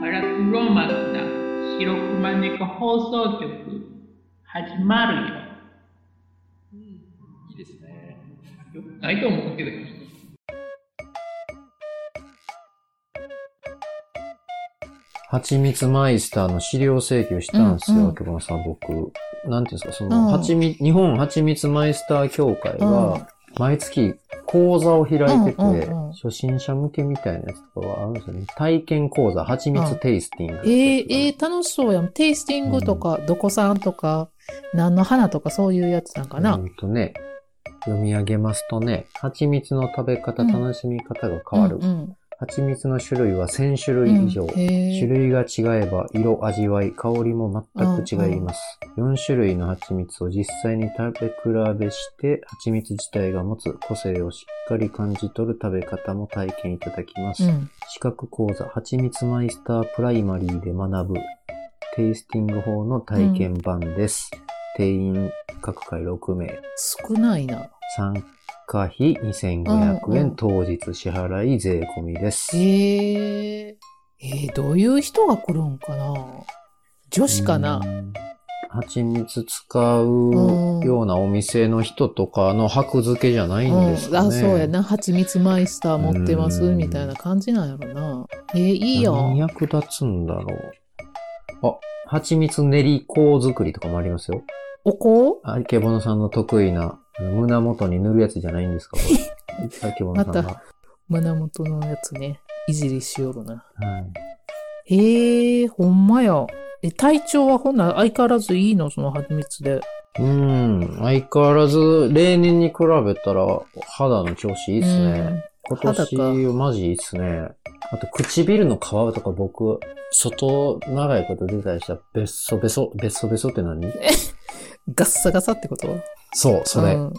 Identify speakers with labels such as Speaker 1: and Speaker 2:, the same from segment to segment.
Speaker 1: バラクロマスな白熊猫放送局始まるよ。
Speaker 2: うん、いいですね。
Speaker 1: よくないと思うけど。
Speaker 3: はちみつマイスターの資料請求したんです
Speaker 4: うん
Speaker 3: よ、
Speaker 4: うん
Speaker 3: 曲のさ、僕。なんていうんですか、そうの、
Speaker 4: ん
Speaker 3: はちみ、日本はちみつマイスター協会は、毎月講座を開いてて、
Speaker 4: うんうんうん
Speaker 3: 初心者向けみたいなやつとかはあるんですよね。体験講座、はちみつテイスティングってやつ
Speaker 4: え
Speaker 3: とか。
Speaker 4: ー、えー、楽しそうやん。テイスティングとか、どこさんとか、何の花とかそういうやつなんかな。
Speaker 3: うんとね、読み上げますとね、蜂蜜の食べ方、
Speaker 4: うん
Speaker 3: 楽しみ方が変わる。
Speaker 4: うんうん
Speaker 3: 蜂蜜の種類は1000種類以上。
Speaker 4: うんへー
Speaker 3: 種類が違えば色、味わい、香りも全く違います。4種類の蜂蜜を実際に食べ比べして、蜂蜜自体が持つ個性をしっかり感じ取る食べ方も体験いただきます。
Speaker 4: うん
Speaker 3: 資格講座、蜂蜜マイスタープライマリーで学ぶ、テイスティング法の体験版です。定員各回6名。
Speaker 4: 少ないな。
Speaker 3: 参加費2500
Speaker 4: うんう
Speaker 3: 円、
Speaker 4: ん
Speaker 3: 当日支払い税込みです。
Speaker 4: えー、えー、どういう人が来るんかな女子かな
Speaker 3: うん蜂蜜使うようなお店の人とかの箔付けじゃないんですかね。
Speaker 4: あ、そうや。な。蜂蜜マイスター持ってます、
Speaker 3: うん
Speaker 4: みたいな感じなんやろな。えー、いいや
Speaker 3: 何
Speaker 4: ん。
Speaker 3: 役立つんだろう。あ、蜂蜜練り香作りとかもありますよ。
Speaker 4: お香
Speaker 3: あけぼのさんの得意な、あの胸元に塗るやつじゃないんです か、これ。あけぼのさんが。
Speaker 4: ま
Speaker 3: は
Speaker 4: 胸元のやつね。いじりしよるな。
Speaker 3: い。
Speaker 4: へえー、ほんまや。え、体調はほんなら相変わらずいいのその蜂蜜で。
Speaker 3: うん、相変わらず、例年に比べたら、肌の調子いいっすね。今
Speaker 4: 肌か
Speaker 3: 年、マジいいっすね。あと、唇の皮とか僕、外、長いこと出たりしたら、べっそべそ、べっそべそって何
Speaker 4: うん。ガッサガサってこと
Speaker 3: そう、それ、
Speaker 4: うん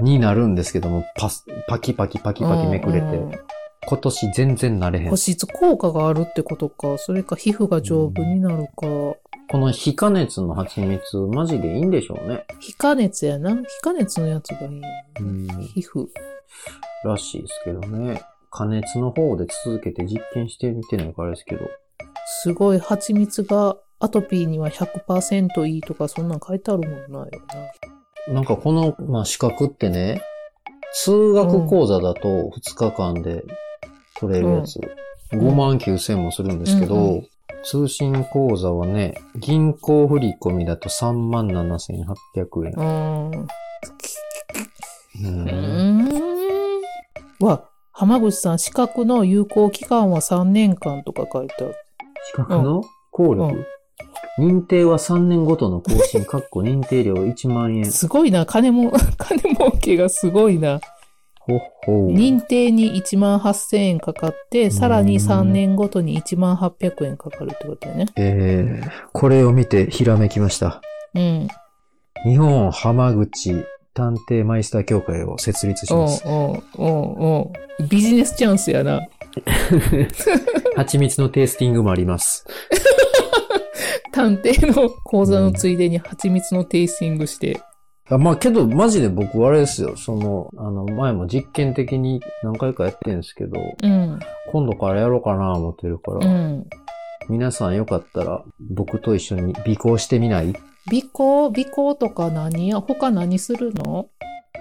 Speaker 3: になるんですけども、パス、パキパキパキパキめくれて、
Speaker 4: うんうん
Speaker 3: 今年全然なれへん
Speaker 4: 保。湿効果があるってことか。それか皮膚が丈夫になるか。
Speaker 3: この非加熱の蜂蜜、マジでいいんでしょうね。
Speaker 4: 非加熱やな。非加熱のやつがいい。
Speaker 3: うん
Speaker 4: 皮膚。
Speaker 3: らしいですけどね。加熱の方で続けて実験してみてないからですけど。
Speaker 4: すごい、蜂蜜がアトピーには100%いいとか、そんなん書いてあるもんないよ
Speaker 3: なんかこの、まあ、資格ってね、数学講座だと2日間で取れるやつ、
Speaker 4: ん
Speaker 3: 5万9千もするんですけど、
Speaker 4: うんう
Speaker 3: 通信講座はね、銀行振込だと3万7800円。
Speaker 4: な。うーん。
Speaker 3: うん
Speaker 4: うーん。わ、浜口さん、資格の有効期間は3年間とか書いてある。
Speaker 3: 資格の効力、認定は3年ごとの更新、かっこ認定料1万円。
Speaker 4: すごいな、金も、 金儲けがすごいな。
Speaker 3: ほっほう。
Speaker 4: 認定に1万8000円かかって、さらに3年ごとに1万800円かかるってことだよね。
Speaker 3: えー、これを見てひらめきました。
Speaker 4: うん。
Speaker 3: 日本浜口探偵マイスター協会を設立し
Speaker 4: お
Speaker 3: ま
Speaker 4: う
Speaker 3: す。
Speaker 4: おうおうおうビジネスチャンスやな。
Speaker 3: 蜂蜜のテイスティングもあります。
Speaker 4: 探偵の講座のついでに蜂蜜のテイスティングして。
Speaker 3: あまあけど、マジで僕あれですよ。その、あの、前も実験的に何回かやってるんですけど、
Speaker 4: うん。
Speaker 3: 今度からやろうかな思ってるから、
Speaker 4: うん。
Speaker 3: 皆さんよかったら僕と一緒に尾行してみない
Speaker 4: 尾行、尾行とか何や他何するの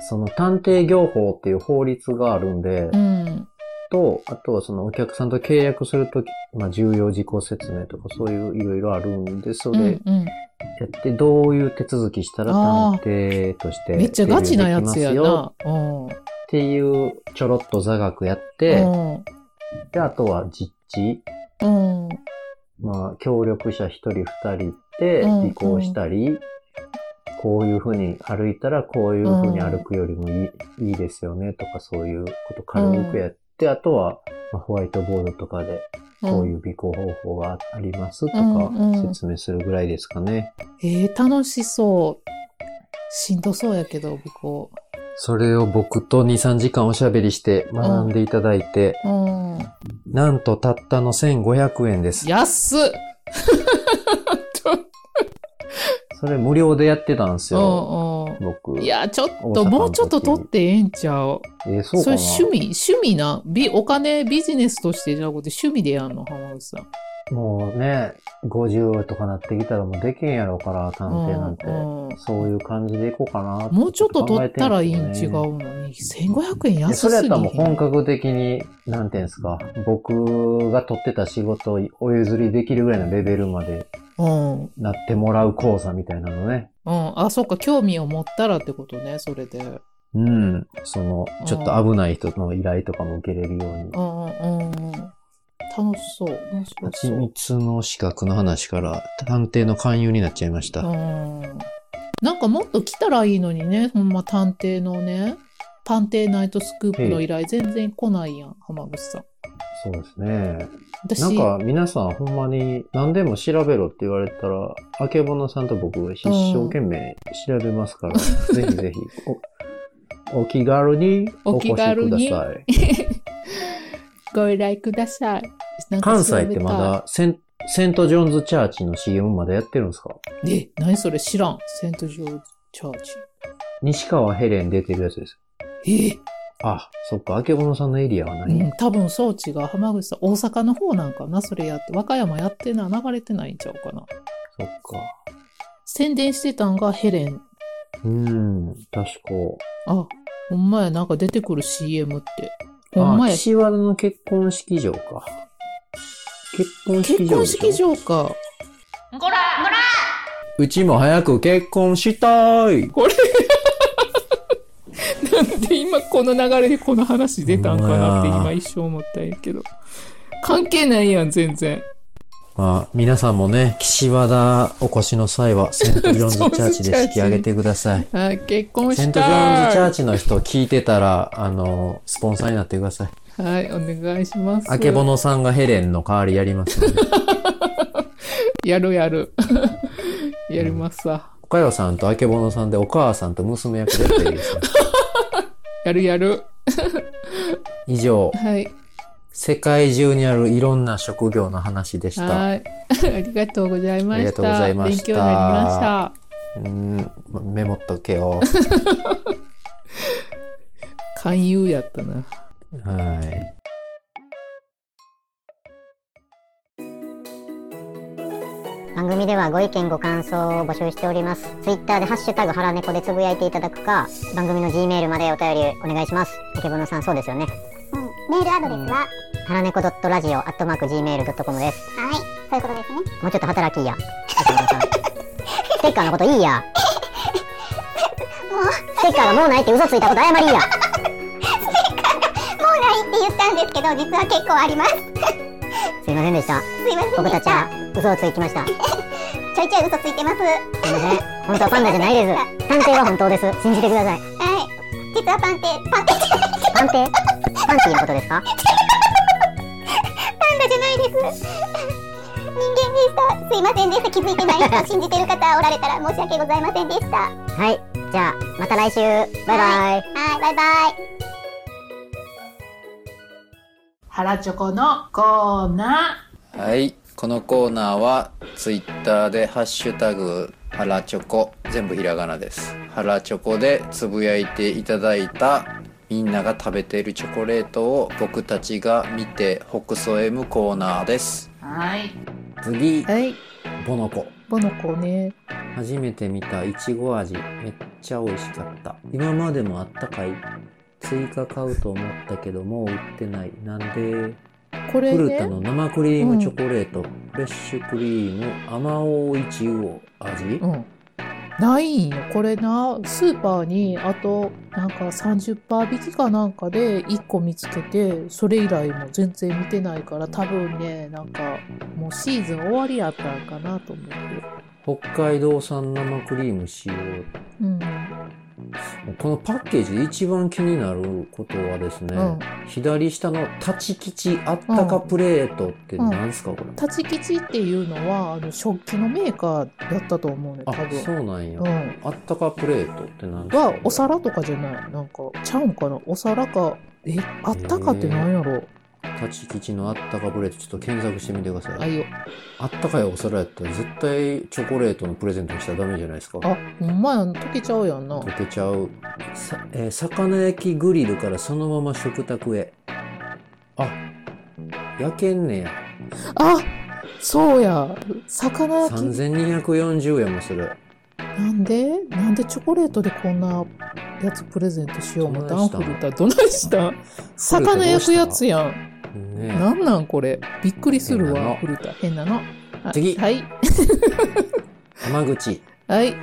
Speaker 3: その探偵業法っていう法律があるんで、
Speaker 4: うん。
Speaker 3: と、あとはそのお客さんと契約するとき、まあ重要事項説明とかそういういろいろあるんで、それ、
Speaker 4: うんうん。
Speaker 3: やって、どういう手続きしたら
Speaker 4: あ
Speaker 3: 探
Speaker 4: ー
Speaker 3: 偵として。
Speaker 4: めっちゃガチなやつやな。うん。うん。
Speaker 3: っていう、ちょろっと座学やって、で、あとは実地。
Speaker 4: うん。
Speaker 3: まあ、協力者一人二人で
Speaker 4: うん
Speaker 3: 移行したり、こういうふうに歩いたら、こういうふうに歩くよりもいい,、いいですよね、とかそういうこと軽くやって、あとは、まあホワイトボードとかで、こういう尾行方法がありますとか
Speaker 4: うんうん、
Speaker 3: 説明するぐらいですかね。
Speaker 4: えー、楽しそう。しんどそうやけど、尾行。
Speaker 3: それを僕と2、3時間おしゃべりして学んでいただいて、
Speaker 4: うん。
Speaker 3: なんとたったの1500円です。
Speaker 4: 安っちょっ
Speaker 3: それ無料でやってたんですよ、
Speaker 4: と、うん
Speaker 3: 僕。
Speaker 4: うん。いや、ちょっ
Speaker 3: 大阪
Speaker 4: と、
Speaker 3: の時
Speaker 4: もうちょっと取ってええんちゃう。
Speaker 3: えーそ
Speaker 4: そう
Speaker 3: か
Speaker 4: れ
Speaker 3: な
Speaker 4: 趣味、趣味な、びお金、ビジネスとしてじゃなくて趣味でやんの、浜口さん。
Speaker 3: もうね、50とかなってきたらもうできへんやろうから、探偵なんて。
Speaker 4: うんうん
Speaker 3: そういう感じでいこうかな
Speaker 4: もうちょっと
Speaker 3: 考
Speaker 4: 取
Speaker 3: え
Speaker 4: って
Speaker 3: ん
Speaker 4: たらいい
Speaker 3: けど
Speaker 4: ん
Speaker 3: ね
Speaker 4: 違うのに、1500円
Speaker 3: いや
Speaker 4: 安す
Speaker 3: それ
Speaker 4: ぎへ
Speaker 3: や
Speaker 4: ん
Speaker 3: ったらもう本格的に、なんていうんですか、僕が取ってた仕事をお譲りできるぐらいのレベルまで
Speaker 4: うん。
Speaker 3: なってもらう講座みたいなのね。
Speaker 4: うん。あ、そっか。興味を持ったらってことね、それで。うん
Speaker 3: うん。その、ちょっと危ない人の依頼とかも受けれるように。
Speaker 4: うんうん。楽しそう。面白
Speaker 3: 蜂
Speaker 4: そう。
Speaker 3: 蜜の資格の話から探偵の勧誘になっちゃいました。
Speaker 4: うん。なんかもっと来たらいいのにね、ほんま探偵のね、探偵ナイトスクープの依頼全然来ないやん、浜口さん。
Speaker 3: そうですね。
Speaker 4: 私、
Speaker 3: なんか皆さんほんまに何でも調べろって言われたら、あけぼのさんと僕が一生懸命調べますから、ぜひぜひお、お気軽にお越しくだ
Speaker 4: お気
Speaker 3: さい。
Speaker 4: ご依頼ください。なんか
Speaker 3: 関西って
Speaker 4: 調べたい
Speaker 3: まだセンセントジョーンズチャーチの CM まだやってるんですか
Speaker 4: え、何それ知らん。セントジョージ・チャーチ。
Speaker 3: 西川ヘレン出てるやつです。
Speaker 4: え
Speaker 3: あ、そっか、あけぼのさんのエリアはない、
Speaker 4: うん、多分装置が浜口さん、大阪の方なんかな、それやって。和歌山やってな、流れてないんちゃうかな。
Speaker 3: そっか。
Speaker 4: 宣伝してたんがヘレン。
Speaker 3: うん、確か。
Speaker 4: あ、ほんまや、なんか出てくる CM って。ほん
Speaker 3: あ
Speaker 4: ま、や。
Speaker 3: 岸和田の結婚式場か。結婚式場
Speaker 4: 結
Speaker 3: でしょ
Speaker 4: 婚式場か。
Speaker 1: ごらごら
Speaker 3: うちも早く結婚したい
Speaker 4: なんで今この流れでこの話出たんかなって
Speaker 3: ほんまや
Speaker 4: 今一生思ったんやけど。関係ないやん、全然。
Speaker 3: まあ、皆さんもね、岸和田お越しの際は、セントジョーンズチャーチで引き上げてください。
Speaker 4: あ、結婚した
Speaker 3: セ
Speaker 4: い。
Speaker 3: ントジョーンズチャーチの人聞いてたら、あの、スポンサーになってください。
Speaker 4: はい、お願いします。
Speaker 3: あけぼのさんがヘレンの代わりやりますの で。
Speaker 4: やる やる。やりますわ。
Speaker 3: 岡代さんとあけぼのさんでお母さんと娘役でやっていいですね。
Speaker 4: やるやる。
Speaker 3: 以上、
Speaker 4: はい。
Speaker 3: 世界中にあるいろんな職業の話でした。
Speaker 4: はい。 ありがとうござい
Speaker 3: あ
Speaker 4: ました。
Speaker 3: りがとうございました
Speaker 4: 勉強になりました。
Speaker 3: うん、メモっとけ よ。
Speaker 4: 勧誘やったな。
Speaker 3: はい。
Speaker 5: 番組ではご意見ご感想を募集しておりますツイッターでハッシュタグハラネコでつぶやいていただくか番組の G メールまでお便りお願いします竹ぼのさんそうですよねうんメールアドレスは、ハラネコドットラジオアットマーク Gmail.com ですはいそういうことですねもうちょっと働 きいや竹ぼのさんステッカーのこといいやステッカーがもうないって嘘ついたこと謝りいやステッカーがもうないって言ったんですけど実は結構ありますすいませんでした
Speaker 6: すいませんで
Speaker 5: 僕
Speaker 6: した
Speaker 5: ちは嘘をついてました
Speaker 6: ちょいちょい嘘ついてますは
Speaker 5: すいま せん。本当はパンダじゃないです。探偵は本当です。信じてください。
Speaker 6: い実はパンテパンテ
Speaker 5: 探偵パンティのことですか
Speaker 6: パンダじゃないです人間でしたすいませんでした気づいてない人信じてる方おられたら申し訳ございませんでしたは
Speaker 5: はい。じゃあ、また来週。バイバイ。
Speaker 6: いバイバイ
Speaker 4: ハラチョコのコーナ
Speaker 3: はい。このコーナーは、ツイッターで、ハッシュタグ、ハラチョコ、全部ひらがなです。ハラチョコでつぶやいていただいた、みんなが食べているチョコレートを僕たちが見て、ほくそ笑むコーナーです。
Speaker 4: ー。はい。
Speaker 3: 次、
Speaker 4: はい。
Speaker 3: ボノコ。
Speaker 4: ボノコね。
Speaker 3: 初めて見たいちご味、めっちゃ美味しかった。今までもあったかい。追加買うと思ったけど、もう売ってない。なんで
Speaker 4: これ
Speaker 3: フルタ
Speaker 4: ね。
Speaker 3: の生クリームチョコレート、フレッシュクリーム甘おういちご味、
Speaker 4: うん。ないんよ。これな、スーパーに、あと、なんか30%引きかなんかで1個見つけて、それ以来も全然見てないから、多分ね、なんか、もうシーズン終わりやったんかなと思って。
Speaker 3: 北海道産生クリーム使用
Speaker 4: うん。
Speaker 3: このパッケージで一番気になることはですね、
Speaker 4: うん
Speaker 3: 左下のタチキチあったかプレートって何すか、これ
Speaker 4: タチキチっていうのは、あの、食器のメーカーやったと思うね、多
Speaker 3: あ
Speaker 4: 分。
Speaker 3: そうなんや、
Speaker 4: うん。
Speaker 3: あったかプレートって何ですか
Speaker 4: はお皿とかじゃないなんかちゃうんかなお皿かえあったかってなんやろ
Speaker 3: タチキチのあったかプレートちょっと検索してみてください、
Speaker 4: あいいよ
Speaker 3: あったかいお皿やったら絶対チョコレートのプレゼントにしたらダメじゃないですか
Speaker 4: あほんまやん溶けちゃうやんな
Speaker 3: 溶けちゃう、さえー魚焼きグリルからそのまま食卓へあ焼けんねや
Speaker 4: あそうや。魚焼き。
Speaker 3: 3240円もする。
Speaker 4: なんでなんでチョコレートでこんなやつプレゼントしよう思ったん
Speaker 3: ど
Speaker 4: 古
Speaker 3: ない
Speaker 4: 田。どないした魚焼くやつやん。
Speaker 3: ねえ
Speaker 4: なんなんこれ。びっくりするわ、
Speaker 3: 変
Speaker 4: 古田。変なの。はい
Speaker 3: 次
Speaker 4: はい。
Speaker 3: 浜口。
Speaker 4: はい。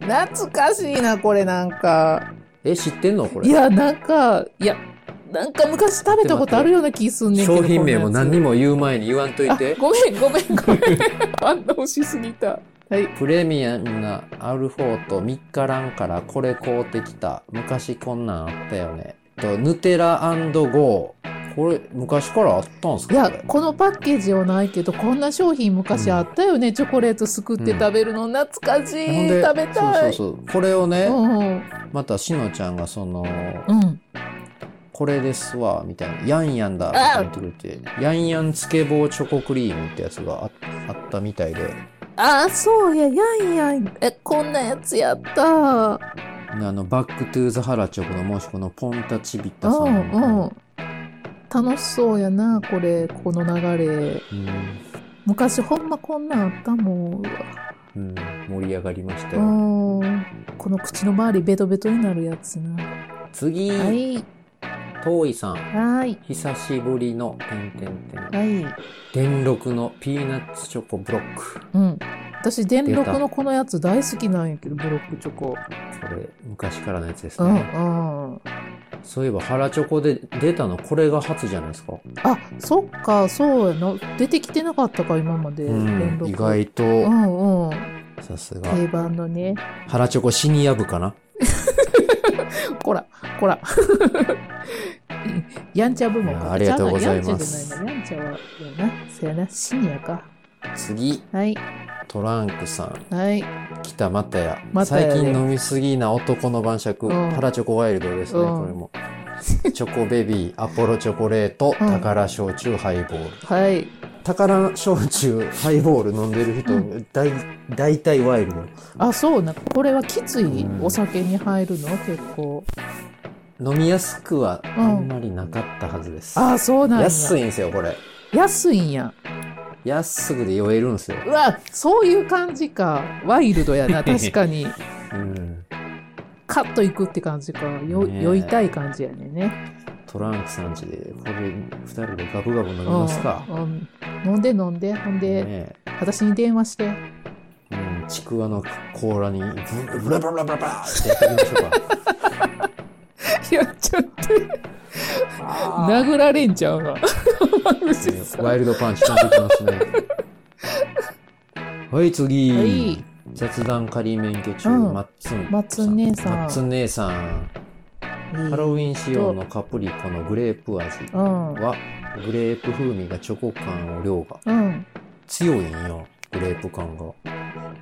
Speaker 4: 懐かしいな、これなんか。
Speaker 3: え、知ってんのこれ。
Speaker 4: いや、なんか、いや、なんか昔食べたことあるような気すんねんけど。
Speaker 3: 商品名も何に
Speaker 4: も
Speaker 3: も言う前に言わんといて。
Speaker 4: ごめん、ごめん、ごめん。反応しすぎた。はい。
Speaker 3: プレミアムなアルフォート3日ランからこれ買うてきた。昔こんなんあったよね。と、ヌテラゴー。これ、昔からあったんす
Speaker 4: い
Speaker 3: か
Speaker 4: や
Speaker 3: これ、
Speaker 4: このパッケージはないけど、こんな商品昔あったよね。チョコレートすくって食べるの、懐かし
Speaker 3: ほん
Speaker 4: い。
Speaker 3: で
Speaker 4: 食べたい。
Speaker 3: そうそうそう。これをね、
Speaker 4: うんうん
Speaker 3: またしのちゃんがその、
Speaker 4: うん。
Speaker 3: これですわ、みたいな。ヤンヤンだ、みたいな言ってくれて。ヤンヤンつけ棒チョコクリームってやつがああったみたいで。
Speaker 4: ああ、そうや、やんやん。え、こんなやつやった。
Speaker 3: あの、バックトゥーザハラチョコのもしこのポンタチビッタさ
Speaker 4: うんんう
Speaker 3: の。
Speaker 4: ん。楽しそうやな、これ、この流れ。
Speaker 3: うん。
Speaker 4: 昔ほんまこんなんあったもん。うわ
Speaker 3: うん。盛り上がりましたよ。
Speaker 4: うん。この口の周りベトベトになるやつな。
Speaker 3: 次、
Speaker 4: はい。
Speaker 3: 遠いさん。
Speaker 4: はい。
Speaker 3: 久しぶりの、てんてんてん。
Speaker 4: はい。
Speaker 3: 電録のピーナッツチョコブロック。
Speaker 4: うん。私、電
Speaker 3: 出
Speaker 4: 力
Speaker 3: た
Speaker 4: のこのやつ大好きなんやけど、ブロックチョコ。
Speaker 3: これ、昔からのやつです
Speaker 4: う
Speaker 3: ね。
Speaker 4: んうん。
Speaker 3: そういえば、ハラチョコで出たの、これが初じゃないですか。
Speaker 4: あ、そっか、そうやな。出てきてなかったか、今まで。
Speaker 3: うん
Speaker 4: 電。力
Speaker 3: 意外
Speaker 4: う
Speaker 3: と、
Speaker 4: んうん。
Speaker 3: さすが。
Speaker 4: 定番のね。
Speaker 3: ハラチョコシニア部かな
Speaker 4: こら、こら。 やんちゃ部門
Speaker 3: い
Speaker 4: か。
Speaker 3: やありがとうございます
Speaker 4: ちゃうなやんちゃじゃないな。やんちゃは、やな。そやな、シニアか。
Speaker 3: 次、
Speaker 4: はい、
Speaker 3: トランクさん。
Speaker 4: はい。
Speaker 3: 北またや。
Speaker 4: またや
Speaker 3: 最
Speaker 4: ね
Speaker 3: 近飲みすぎな男の晩酌。
Speaker 4: うん
Speaker 3: ハラチョコワイルドですね、
Speaker 4: うん
Speaker 3: これも。チョコベビー、アポロチョコレート、
Speaker 4: うん
Speaker 3: 宝焼酎、ハイボール。
Speaker 4: はい。
Speaker 3: 宝焼酎、ハイボール飲んでる人、
Speaker 4: う
Speaker 3: だい大体ワイルド。
Speaker 4: あ、そうな。これはきつい
Speaker 3: うん
Speaker 4: お酒に入るの結構。
Speaker 3: 飲みやすくは
Speaker 4: うん
Speaker 3: あんまりなかったはずです。
Speaker 4: あ、そうなんや。
Speaker 3: 安
Speaker 4: い。
Speaker 3: いんですよ、これ。
Speaker 4: 安いんや。
Speaker 3: 安くで酔えるんですよ。
Speaker 4: うわ、そういう感じか。ワイルドやな、確かに。
Speaker 3: うん。
Speaker 4: カッといくって感じか。よ、
Speaker 3: ねえ
Speaker 4: 酔いたい感じやねんね。
Speaker 3: トランクさんちで、これ、二人でガブガブ飲みますか。
Speaker 4: うん。うん飲んで飲んで、ほんで、
Speaker 3: ね
Speaker 4: 私に電話して。
Speaker 3: えうん、ちくわの甲羅に、ブブラブラブラブラブラってやってみましょうか。
Speaker 4: やっちゃって。殴られんちゃうな。浜口さん
Speaker 3: ワイルドパンチ飛んできますね。はい、次。
Speaker 4: はい
Speaker 3: 雑談仮免許中、
Speaker 4: うん
Speaker 3: マッツン。
Speaker 4: マッツン姉さん
Speaker 3: マッツン姉さん。ハロウィン仕様のカプリコのグレープ味
Speaker 4: うん。
Speaker 3: は、グレープ風味がチョコ感を凌駕。
Speaker 4: うん。
Speaker 3: 強いんよ、グレープ感が。こ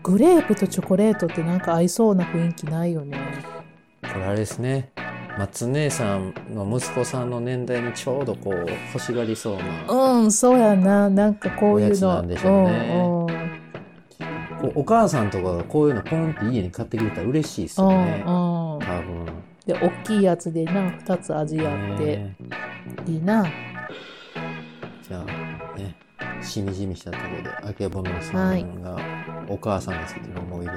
Speaker 4: グレープとチョコレートってなんか合いそうな雰囲気ないよね。
Speaker 3: れあれですね。松姉さんの息子さんの年代にちょうどこう欲しがりそうな
Speaker 4: うん、そうやな。なんかこうい
Speaker 3: おや
Speaker 4: うの。
Speaker 3: つなんでしょうね
Speaker 4: うんうん
Speaker 3: おお母さんとかがこういうのポンって家に買ってくれたら嬉しいですよね多
Speaker 4: うんうん。
Speaker 3: 分
Speaker 4: で、大きいやつでな、二つ味あって、
Speaker 3: ね
Speaker 4: いいな。
Speaker 3: じゃあねしみじみしたところであけぼのさんがお母さんについての思い出を、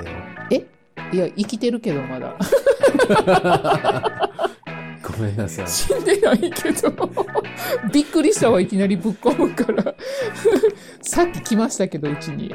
Speaker 4: いや、生きてるけどまだ。
Speaker 3: ごめんなさい
Speaker 4: 死んでないけど。びっくりしたわ、いきなりぶっ込むから。さっき来ましたけど、うちに。